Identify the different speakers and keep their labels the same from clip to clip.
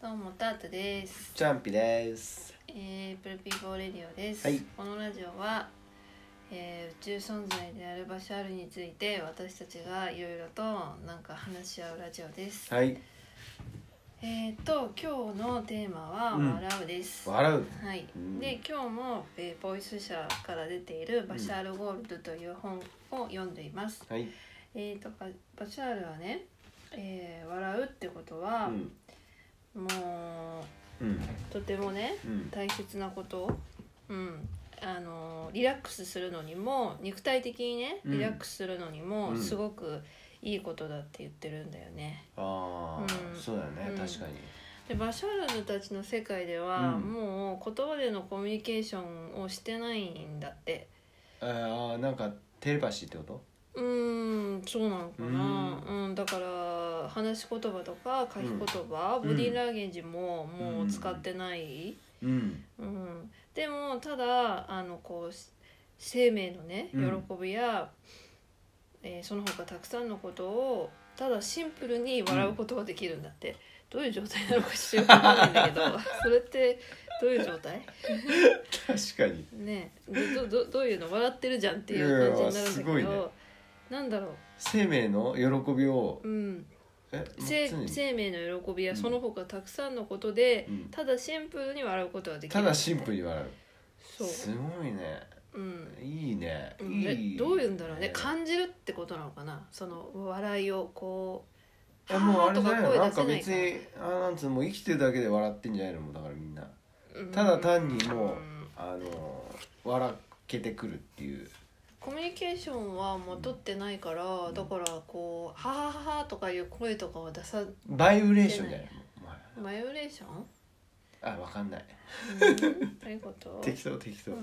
Speaker 1: どうもタートです、
Speaker 2: チャンピです。
Speaker 1: えー、プルピーボーレディオです、
Speaker 2: はい
Speaker 1: このラジオは、えー、宇宙存在であるバシャールについて私たちがいろいろとなんか話し合うラジオです、
Speaker 2: はい。
Speaker 1: えー、と今日のテーマは「
Speaker 2: うん
Speaker 1: 笑う」です、
Speaker 2: 笑う。
Speaker 1: はい、
Speaker 2: うん
Speaker 1: で今日も、えー、ボイス社から出ている「バシャール・ゴールド」という本を読んでいます、
Speaker 2: はい。
Speaker 1: えー、とババシャールはね、えー、笑うってことは
Speaker 2: う、ん。
Speaker 1: も
Speaker 2: うん。
Speaker 1: うとてもね
Speaker 2: うん。
Speaker 1: 大切なこと、うん、あのリラックスするのにも肉体的にね
Speaker 2: うん
Speaker 1: リラックスするのにも
Speaker 2: うん
Speaker 1: すごくいいことだって言ってるんだよね。
Speaker 2: ああ、
Speaker 1: うん
Speaker 2: そうだよね、
Speaker 1: うん
Speaker 2: 確かに。
Speaker 1: でバシャールズたちの世界では、
Speaker 2: うん
Speaker 1: もう言葉でのコミュニケーションをしてないんだって。
Speaker 2: あーあー、なんかテレパシーってこと？
Speaker 1: うーんそうなのかな、うんだから話し言葉とか書き言葉、
Speaker 2: うん
Speaker 1: ボディーランゲージももう使
Speaker 2: うん
Speaker 1: ってない、
Speaker 2: うん。
Speaker 1: うん、でもただあのこうし生命のね喜
Speaker 2: うん
Speaker 1: びや、えーその他たくさんのことをただシンプルに笑うことができるんだって、どういう状態なのか知らないんだけど それってどういう状態
Speaker 2: 確かに。
Speaker 1: ねでどどどういうの笑ってるじゃんっていう感じになるんだけど、
Speaker 2: いやーすごいね
Speaker 1: なんだろ
Speaker 2: 生命の喜びを
Speaker 1: う、うん、
Speaker 2: え、
Speaker 1: せ
Speaker 2: 常に
Speaker 1: 生命の喜び
Speaker 2: う
Speaker 1: や
Speaker 2: ん
Speaker 1: その他たくさんのことで、
Speaker 2: うん
Speaker 1: ただシンプルに笑うことができる
Speaker 2: ただシンプル
Speaker 1: ル
Speaker 2: に笑う。
Speaker 1: そう、
Speaker 2: すごいね。
Speaker 1: うん、
Speaker 2: いいね。
Speaker 1: うんえ
Speaker 2: いい。
Speaker 1: どういうんだろうね
Speaker 2: ね
Speaker 1: 感じるってことなのかなその笑いをこう
Speaker 2: あもうあれ
Speaker 1: は
Speaker 2: だ
Speaker 1: ー
Speaker 2: よ
Speaker 1: と
Speaker 2: な
Speaker 1: か
Speaker 2: んか
Speaker 1: 声出
Speaker 2: 別
Speaker 1: せない
Speaker 2: にあーなんつうのもう生きてるだけで笑ってんじゃないのもうだからみんな
Speaker 1: からうん
Speaker 2: ただ単にもう、
Speaker 1: ん
Speaker 2: あのー笑けてくるっていう
Speaker 1: コミュニケーションはもう取ってないから、
Speaker 2: ん
Speaker 1: だからこう「ははは」とかいう声とかは出さ
Speaker 2: バイブレーションじゃないもう
Speaker 1: マイブレーション、
Speaker 2: あわかんない
Speaker 1: うん、どういうこと
Speaker 2: 適当適当
Speaker 1: う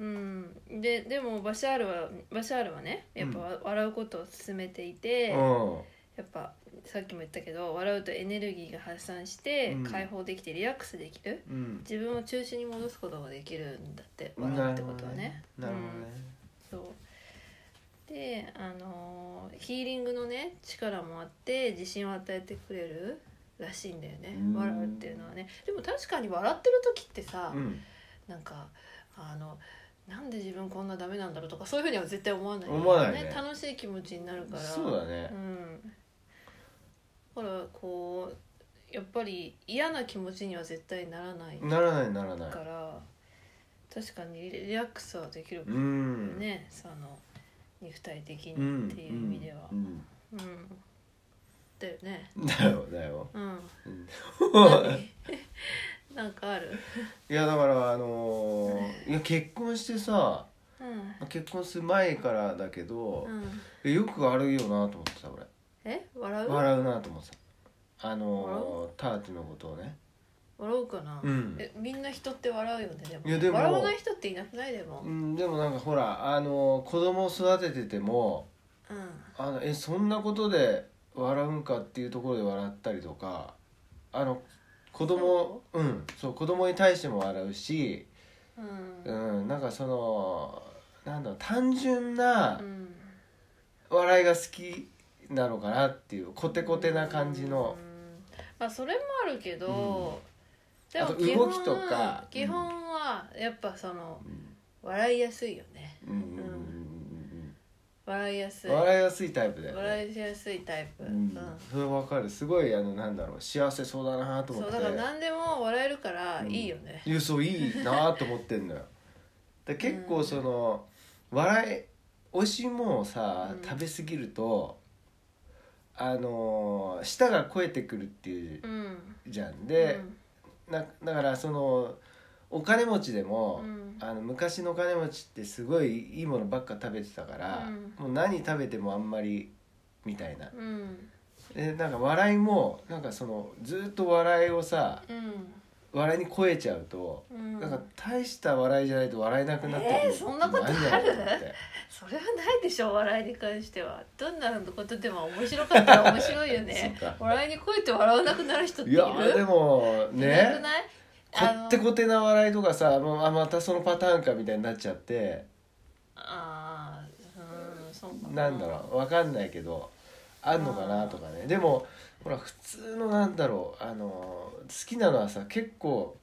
Speaker 1: ん、うんででもバシャールはバシャールはねやっぱわ笑うことを勧めていて、
Speaker 2: うん
Speaker 1: やっぱさっきも言ったけど笑うとエネルギーが発散して
Speaker 2: うん
Speaker 1: 解放できてリラックスできる、
Speaker 2: うん
Speaker 1: 自分を中心に戻すことができるんだって笑うってことはね。
Speaker 2: なるほどね
Speaker 1: うんそうであのーヒーリングのね力もあって自信を与えてくれるらしいんだよね
Speaker 2: うん
Speaker 1: 笑うっていうのはねでも確かに笑ってる時ってさ、
Speaker 2: うん
Speaker 1: なんかあのなんで自分こんなダメなんだろうとかそういうふうには絶対思わないよ
Speaker 2: 思わないね
Speaker 1: 楽しい気持ちになるから
Speaker 2: そうだね
Speaker 1: うん、だからこうやっぱり嫌な気持ちには絶対ならない
Speaker 2: ならないならない
Speaker 1: から確かにリラックスはできる
Speaker 2: う
Speaker 1: も
Speaker 2: ん
Speaker 1: んね、その肉体的
Speaker 2: う
Speaker 1: に
Speaker 2: ん
Speaker 1: っていう意味では
Speaker 2: う。ん
Speaker 1: うんだよね。
Speaker 2: うんだよだよ
Speaker 1: うん、
Speaker 2: うん
Speaker 1: 何なんかある、
Speaker 2: いやだからあのーいや結婚してさ
Speaker 1: うん
Speaker 2: 結婚する前からだけど
Speaker 1: うん、
Speaker 2: よく笑うよなと思ってた俺
Speaker 1: え笑う笑
Speaker 2: 笑うなと思ってたあのーターチのことをね
Speaker 1: うかな、
Speaker 2: うん
Speaker 1: えみんな人って笑うよねでも
Speaker 2: いやでも
Speaker 1: 笑わない人っていなくないでも
Speaker 2: う、んでもなんかほらあのー子供を育ててても
Speaker 1: うん、
Speaker 2: あのえそんなことで笑うんかっていうところで笑ったりとかあの子供うんそう子供に対しても笑うし、
Speaker 1: うん
Speaker 2: う
Speaker 1: うん
Speaker 2: ん、なんかそのなんだろう単純な
Speaker 1: うん、
Speaker 2: 笑いが好きなのかなっていうコテコテな感じの
Speaker 1: うんまあそれもあるけど、で
Speaker 2: あ
Speaker 1: も
Speaker 2: と
Speaker 1: 基本
Speaker 2: 動きとか
Speaker 1: は基本はやっぱその
Speaker 2: うん
Speaker 1: 笑いやすいよね
Speaker 2: うんうんうんうん
Speaker 1: 笑いやす
Speaker 2: う
Speaker 1: い
Speaker 2: ん笑いやすいタイプだよね、
Speaker 1: 笑いやすいタイプ、
Speaker 2: う
Speaker 1: うんん、
Speaker 2: それわかるすごいあのなんだろう幸せそうだなと思
Speaker 1: そ
Speaker 2: っ
Speaker 1: う
Speaker 2: て
Speaker 1: だから何でも笑えるからいいよね、
Speaker 2: いやそういいなと思ってん のよで結構その、笑い推しもさ
Speaker 1: うん
Speaker 2: 食べ過ぎると、あのー舌が肥えてくるっていう
Speaker 1: うん
Speaker 2: じゃんで、なだからそのお金持ちで
Speaker 1: う
Speaker 2: も、
Speaker 1: ん
Speaker 2: あの昔のお金持ちってすごいいいものばっか食べてたから、
Speaker 1: うん
Speaker 2: もう何食べてもあんまりみたいな
Speaker 1: うんうん
Speaker 2: でなんか笑いもなんかそのずっと笑いをさ
Speaker 1: うん
Speaker 2: 笑いに肥えちゃうと
Speaker 1: うん
Speaker 2: なんか大した笑いじゃないと笑えなくなってくる、
Speaker 1: えーそんなことある
Speaker 2: んじゃないかなって
Speaker 1: それはないでしょ笑いに関してはどんなことでも面白かったら面白いよね
Speaker 2: そうか
Speaker 1: 笑いに声って笑わなくなる人って
Speaker 2: い
Speaker 1: いる
Speaker 2: やでも
Speaker 1: いなく
Speaker 2: ね
Speaker 1: ない
Speaker 2: こってこてな笑いとかさもうあまたそのパターンかみたいになっちゃって
Speaker 1: あのあーうんそうか
Speaker 2: なんだろうわかんないけどあんのかなとかねでもほら普通のなんだろうあの好きなのはさ結構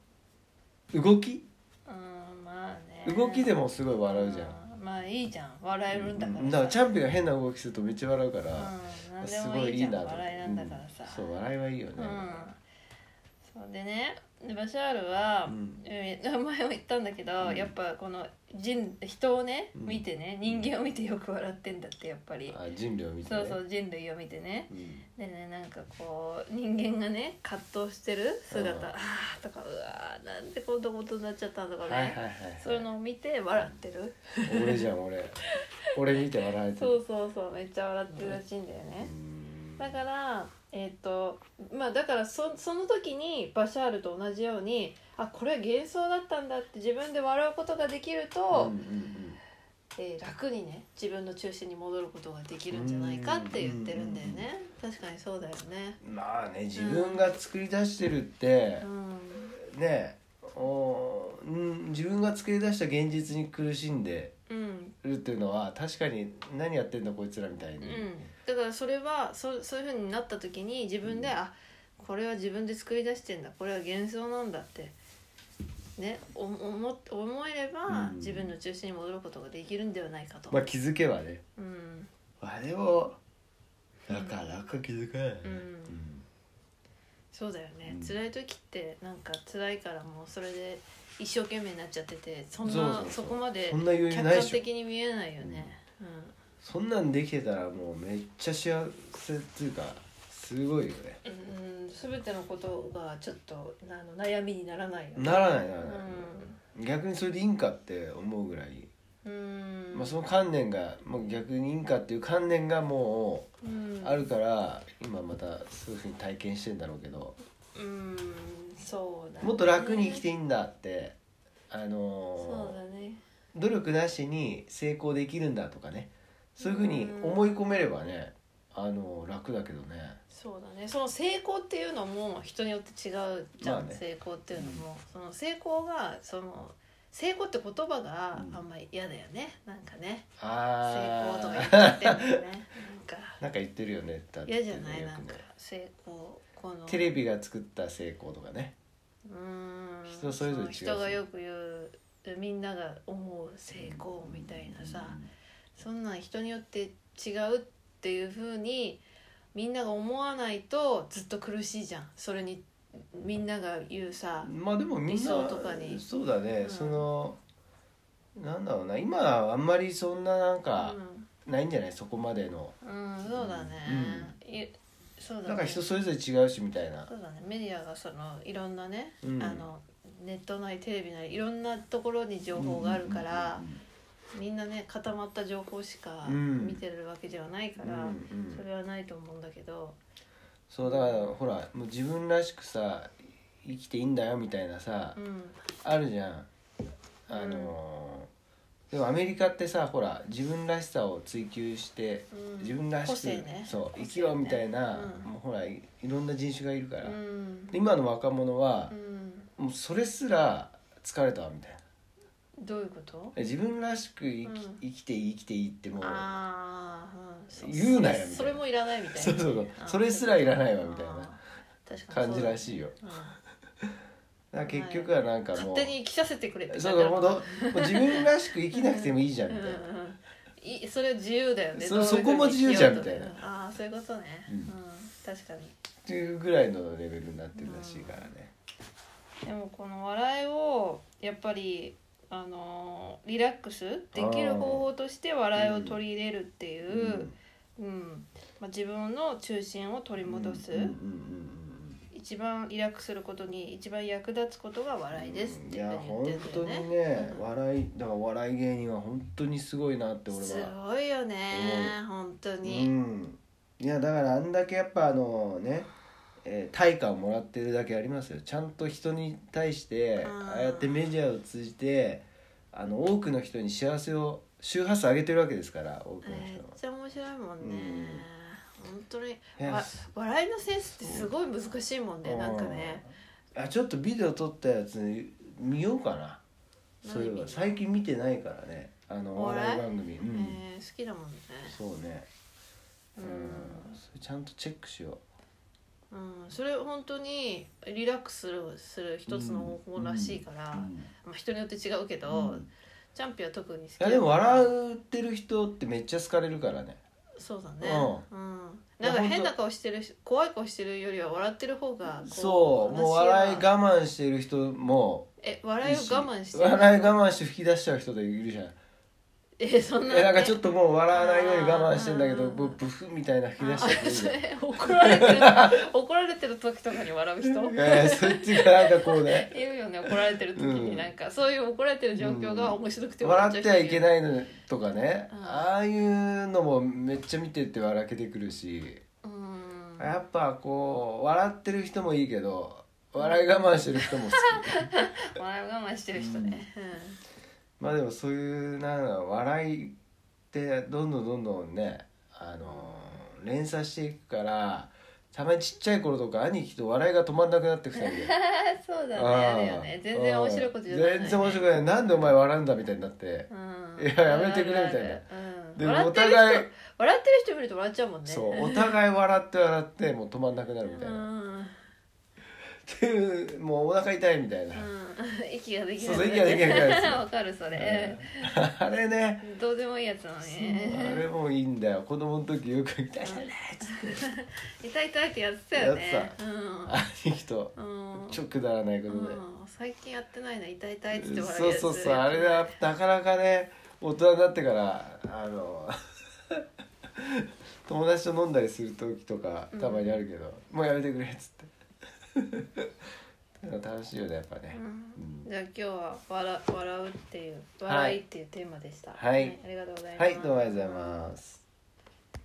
Speaker 2: 動き
Speaker 1: うんまあね
Speaker 2: 動きでもすごい笑うじゃん、
Speaker 1: うんまあいいじゃん笑えるんだから
Speaker 2: だからチャンピオンが変な動きするとめっちゃ笑うから、
Speaker 1: うん、何ですも
Speaker 2: ご
Speaker 1: い
Speaker 2: い
Speaker 1: い
Speaker 2: い
Speaker 1: じ
Speaker 2: い
Speaker 1: ゃん
Speaker 2: なと
Speaker 1: 笑いなんだからさ、
Speaker 2: うんそう笑いはいいよね、
Speaker 1: うん、そうでねでバシャールは
Speaker 2: う、ん
Speaker 1: えー前も言ったんだけど、
Speaker 2: うん
Speaker 1: やっぱこの人人をね
Speaker 2: うん
Speaker 1: 見てね、人間を見てよく笑ってんだってやっぱり、
Speaker 2: あ人類を見て、ね、
Speaker 1: そうそう人類を見てね
Speaker 2: うん
Speaker 1: でねなんかこう人間がね葛藤してる姿、
Speaker 2: うん
Speaker 1: ああとかうわーなんでこんなことになっちゃったんだとかね、
Speaker 2: はいはいはいはい
Speaker 1: そういうのを見て笑ってる、
Speaker 2: 俺じゃん俺 俺見て笑えてる
Speaker 1: そうそうそうめっちゃ笑ってるらしいんだよね、
Speaker 2: うん
Speaker 1: だからえっ、とまあだからそその時にバシャールと同じようにあこれは幻想だったんだって自分で笑うことができると、
Speaker 2: うんうんうん
Speaker 1: えー楽にね自分の中心に戻ることができるんじゃないかって言ってるんだよね確かにそうだよね
Speaker 2: まあね自分が作り出してるって
Speaker 1: う、ん
Speaker 2: ねおーうん自分が作り出した現実に苦しんで
Speaker 1: うん
Speaker 2: るっていうのは確かに何やってんだこいつらみたいに、
Speaker 1: うんだからそれはそそういうふうになった時に自分で、
Speaker 2: うん
Speaker 1: あこれは自分で作り出してんだこれは幻想なんだってねお思思えれば、
Speaker 2: うん
Speaker 1: 自分の中心に戻ることができるんではないかと、
Speaker 2: まあ気づけばね
Speaker 1: うん
Speaker 2: あれをなかなか気づかないね、
Speaker 1: うんそうだよね、
Speaker 2: うん
Speaker 1: 辛い時ってなんか辛いからもうそれで一生懸命になっちゃっててそんなそ
Speaker 2: そうそうそう
Speaker 1: こまで
Speaker 2: そんな余裕
Speaker 1: 客
Speaker 2: ないで
Speaker 1: 観
Speaker 2: しょ
Speaker 1: 的に見えないよね、
Speaker 2: そんなんできてたらもうめっちゃ幸せっていうかすごいよね
Speaker 1: うんうん、全てのことがちょっとあの悩みにならないよね
Speaker 2: ならないなら
Speaker 1: う
Speaker 2: ない、
Speaker 1: ん
Speaker 2: 逆にそれでいいんかって思うぐらい、
Speaker 1: うん
Speaker 2: まあ、その観念がもう逆にいいんかっていう観念がも
Speaker 1: うん
Speaker 2: うあるから今またそういうふうに体験してんだろうけど
Speaker 1: うんそうだね
Speaker 2: もっと楽に生きていいんだってあの
Speaker 1: そうだね
Speaker 2: ー努力なしに成功できるんだとかねそういうふうに思い込めればねあのー楽だけどね
Speaker 1: そうだねその成功っていうのも人によって違うじゃん、
Speaker 2: まあね
Speaker 1: 成功っていうのも、その成功がその成功って言葉が
Speaker 2: うん
Speaker 1: あんまり嫌だよねなんかね成
Speaker 2: あ
Speaker 1: 功とか言っち
Speaker 2: あ
Speaker 1: ゃってる もんねなんか
Speaker 2: なんか言ってるよねだってね
Speaker 1: 嫌じゃない
Speaker 2: よ
Speaker 1: なん
Speaker 2: く
Speaker 1: か
Speaker 2: ね
Speaker 1: 成功この
Speaker 2: テレビが作った成功とかね
Speaker 1: うーん
Speaker 2: 人それぞれ違う
Speaker 1: そ
Speaker 2: し
Speaker 1: の人がよく言うみんなが思う成功みたいなさ、そんなん人によって違うっていうふうにみんなが思わないとずっと苦しいじゃんそれにみんなが言うさ
Speaker 2: まあでもみん
Speaker 1: 理
Speaker 2: な
Speaker 1: 想とかに
Speaker 2: そうだね、
Speaker 1: うん
Speaker 2: そのなんだろうな今はあんまりそんななんかないんじゃないそこまでの
Speaker 1: うん、うん、そうだね、いそう
Speaker 2: な
Speaker 1: だ
Speaker 2: んか
Speaker 1: ね
Speaker 2: 人
Speaker 1: そ
Speaker 2: それぞれ違うしみたいな
Speaker 1: うだねメディアがそのいろんなね、
Speaker 2: うん
Speaker 1: あのネットなりテレビなりいろんなところに情報があるから、みんなね固まった情報しか
Speaker 2: うん
Speaker 1: 見てるわけではないか
Speaker 2: うんうん
Speaker 1: ら、
Speaker 2: うん
Speaker 1: それはないと思うんだけど、
Speaker 2: そうだからほらもう自分らしくさ生きていいんだよみたいなさ、
Speaker 1: うん、
Speaker 2: あるじゃんあのーでもアメリカってさほら自分らしさを追求して、
Speaker 1: うん
Speaker 2: 自分らし
Speaker 1: 個
Speaker 2: く、
Speaker 1: 性ね
Speaker 2: そう
Speaker 1: 個性
Speaker 2: 生
Speaker 1: ね
Speaker 2: きろみたいな、
Speaker 1: うん
Speaker 2: もうほらいいろんな人種がいるから、
Speaker 1: うん
Speaker 2: で今の若者は
Speaker 1: う、ん、
Speaker 2: もうそれすら疲れたわみたいな
Speaker 1: どういうこと
Speaker 2: 自分らしく生き,、
Speaker 1: うん
Speaker 2: 生きていい生きていいってもう
Speaker 1: ああ、うん、
Speaker 2: 言うなよみたい
Speaker 1: そ
Speaker 2: な
Speaker 1: それもいらない みたいな
Speaker 2: そうそうそう
Speaker 1: あー
Speaker 2: それすらいらないわみたいな
Speaker 1: あー確かに
Speaker 2: 感じら
Speaker 1: い、
Speaker 2: しいよ
Speaker 1: うん
Speaker 2: だから結局はなんかも
Speaker 1: 勝
Speaker 2: う、
Speaker 1: 手に生きさせてくれって
Speaker 2: そう
Speaker 1: な
Speaker 2: そう
Speaker 1: る
Speaker 2: もうどもう自分らしく生きなくてもいいじゃんみ
Speaker 1: うん
Speaker 2: た
Speaker 1: う
Speaker 2: い
Speaker 1: ん
Speaker 2: な、
Speaker 1: うんいそれは自由だよね
Speaker 2: そ
Speaker 1: どういう
Speaker 2: そこも自由じゃん
Speaker 1: ふうに生きようと
Speaker 2: み
Speaker 1: ねああそういうことね、
Speaker 2: う
Speaker 1: うんん確かに
Speaker 2: っていうぐらいのレベルになってるらしいからね、
Speaker 1: でもこの笑いをやっぱりあのーリラックスできる方法として笑いを取り入れるっていうう、うんまあ、自分の中心を取り戻す、
Speaker 2: うんうんうん
Speaker 1: 一番リラックスすることに一番役立つことが
Speaker 2: うんうん
Speaker 1: 笑いですって
Speaker 2: い
Speaker 1: いう
Speaker 2: や
Speaker 1: ふうに言
Speaker 2: 本
Speaker 1: って
Speaker 2: 当
Speaker 1: るん
Speaker 2: に
Speaker 1: だよね。
Speaker 2: ね、
Speaker 1: うん
Speaker 2: 笑いだから笑い芸人は本当にすごいなって俺は
Speaker 1: すごいよね本当
Speaker 2: う
Speaker 1: に。
Speaker 2: ん、いやだからあんだけやっぱあのね、えー対価をもらってるだけありますよちゃんと人に対して
Speaker 1: うん
Speaker 2: ああやってメディアを通じてあの多くの人に幸せを周波数上げてるわけですから多くの
Speaker 1: め
Speaker 2: 人
Speaker 1: っ
Speaker 2: の、
Speaker 1: ちゃ面白いもんね本当に
Speaker 2: いや
Speaker 1: わ笑いのセンスってすごい難しいもんねなんかね
Speaker 2: あちょっとビデオ撮ったやつ見ようかな
Speaker 1: 何
Speaker 2: そういえ
Speaker 1: 見
Speaker 2: ば
Speaker 1: る
Speaker 2: 最近見てないからねあのお
Speaker 1: お笑い
Speaker 2: 笑い番組う
Speaker 1: え
Speaker 2: ん、
Speaker 1: ー好きだもんね
Speaker 2: そうね
Speaker 1: う
Speaker 2: うんんそれちゃんとチェックしよ
Speaker 1: うん、それ本当にリラックスするする一つの方法らしいから、まあ、人によって違うけど、
Speaker 3: うん
Speaker 1: チャンピは特に好き
Speaker 2: いやでも笑ってる人ってめっちゃ好かれるからね
Speaker 1: そうだねうん、なんか変な顔してるし怖い顔してるよりは笑ってる方がこ
Speaker 2: そうもう笑い
Speaker 1: 話は
Speaker 2: 我慢してる人も
Speaker 1: え笑いを我慢してる
Speaker 2: 笑い我慢して吹き出しちゃう人といるじゃん
Speaker 1: えそんな、
Speaker 2: えなんかちょっともう笑わないように我慢してんだけ
Speaker 1: あ
Speaker 2: ど
Speaker 1: ー
Speaker 2: ブブフみたいな吹き出しちゃ
Speaker 1: あ
Speaker 2: う人いる
Speaker 1: そ
Speaker 2: じゃん
Speaker 1: れ怒られてる怒ら れてる時とかに笑う人
Speaker 2: えーそっちがなんかこうね
Speaker 1: 言うよね怒られてる時になんか、そういう怒られてる状況が面白くて
Speaker 2: 笑ってはいけ
Speaker 1: い、
Speaker 2: ないのとかね
Speaker 1: うん
Speaker 2: ああいうのもめっちゃ見てて笑けてくるし
Speaker 1: うん、
Speaker 2: やっぱこう笑ってる人もいいけど笑い我慢してる 人も好き
Speaker 1: 笑い我慢してる人ね、
Speaker 2: まあでもそういうなんだろう笑いってどんどんどんどんねあのー連鎖していくからたまにちっちゃい頃とか兄貴と笑いが止まんなくなってきたん
Speaker 1: う
Speaker 2: で
Speaker 1: ん、そう だねあるよね全然面白いことじゃない、ね、
Speaker 2: 全然面白くないなんでお前笑うんだみたいになって
Speaker 1: うん
Speaker 2: いややめてくれみたいな
Speaker 1: あるあるうん、
Speaker 2: で
Speaker 1: 笑
Speaker 2: も
Speaker 1: っ
Speaker 2: お
Speaker 1: てる人
Speaker 2: 互い
Speaker 1: 笑ってる人見ると笑っちゃうもんね
Speaker 2: そうお互い笑って笑ってもう止まんなくなるみたいな
Speaker 1: うん
Speaker 2: っていう もうお腹痛いみたいな、
Speaker 1: うん、息ができない、
Speaker 2: そうそう息ができなくなるんですよ
Speaker 1: わかるそれ、
Speaker 2: あれね
Speaker 1: どうでもいいやつなの
Speaker 2: あ
Speaker 1: ね
Speaker 2: れもいいんだよ子供の時よく「痛い痛い
Speaker 1: 痛い痛いってやってたよね
Speaker 2: やって兄貴と
Speaker 1: うん、うん
Speaker 2: ちょっとくだらないこ
Speaker 1: う
Speaker 2: とで、
Speaker 1: ん、最近やってないな痛い痛いっつって笑
Speaker 2: そうそうそうあれ
Speaker 1: だ
Speaker 2: だなかなかね大人になってからあの 友達と飲んだりする時とかたまにあるけど、もうやめてく れっつって楽しいよねやっぱね、うん
Speaker 1: じゃあ今日は笑「笑う」っていう「笑い」っていうテーマでした、
Speaker 2: はい
Speaker 1: ありがとうございます
Speaker 2: はいどうもありがとうございます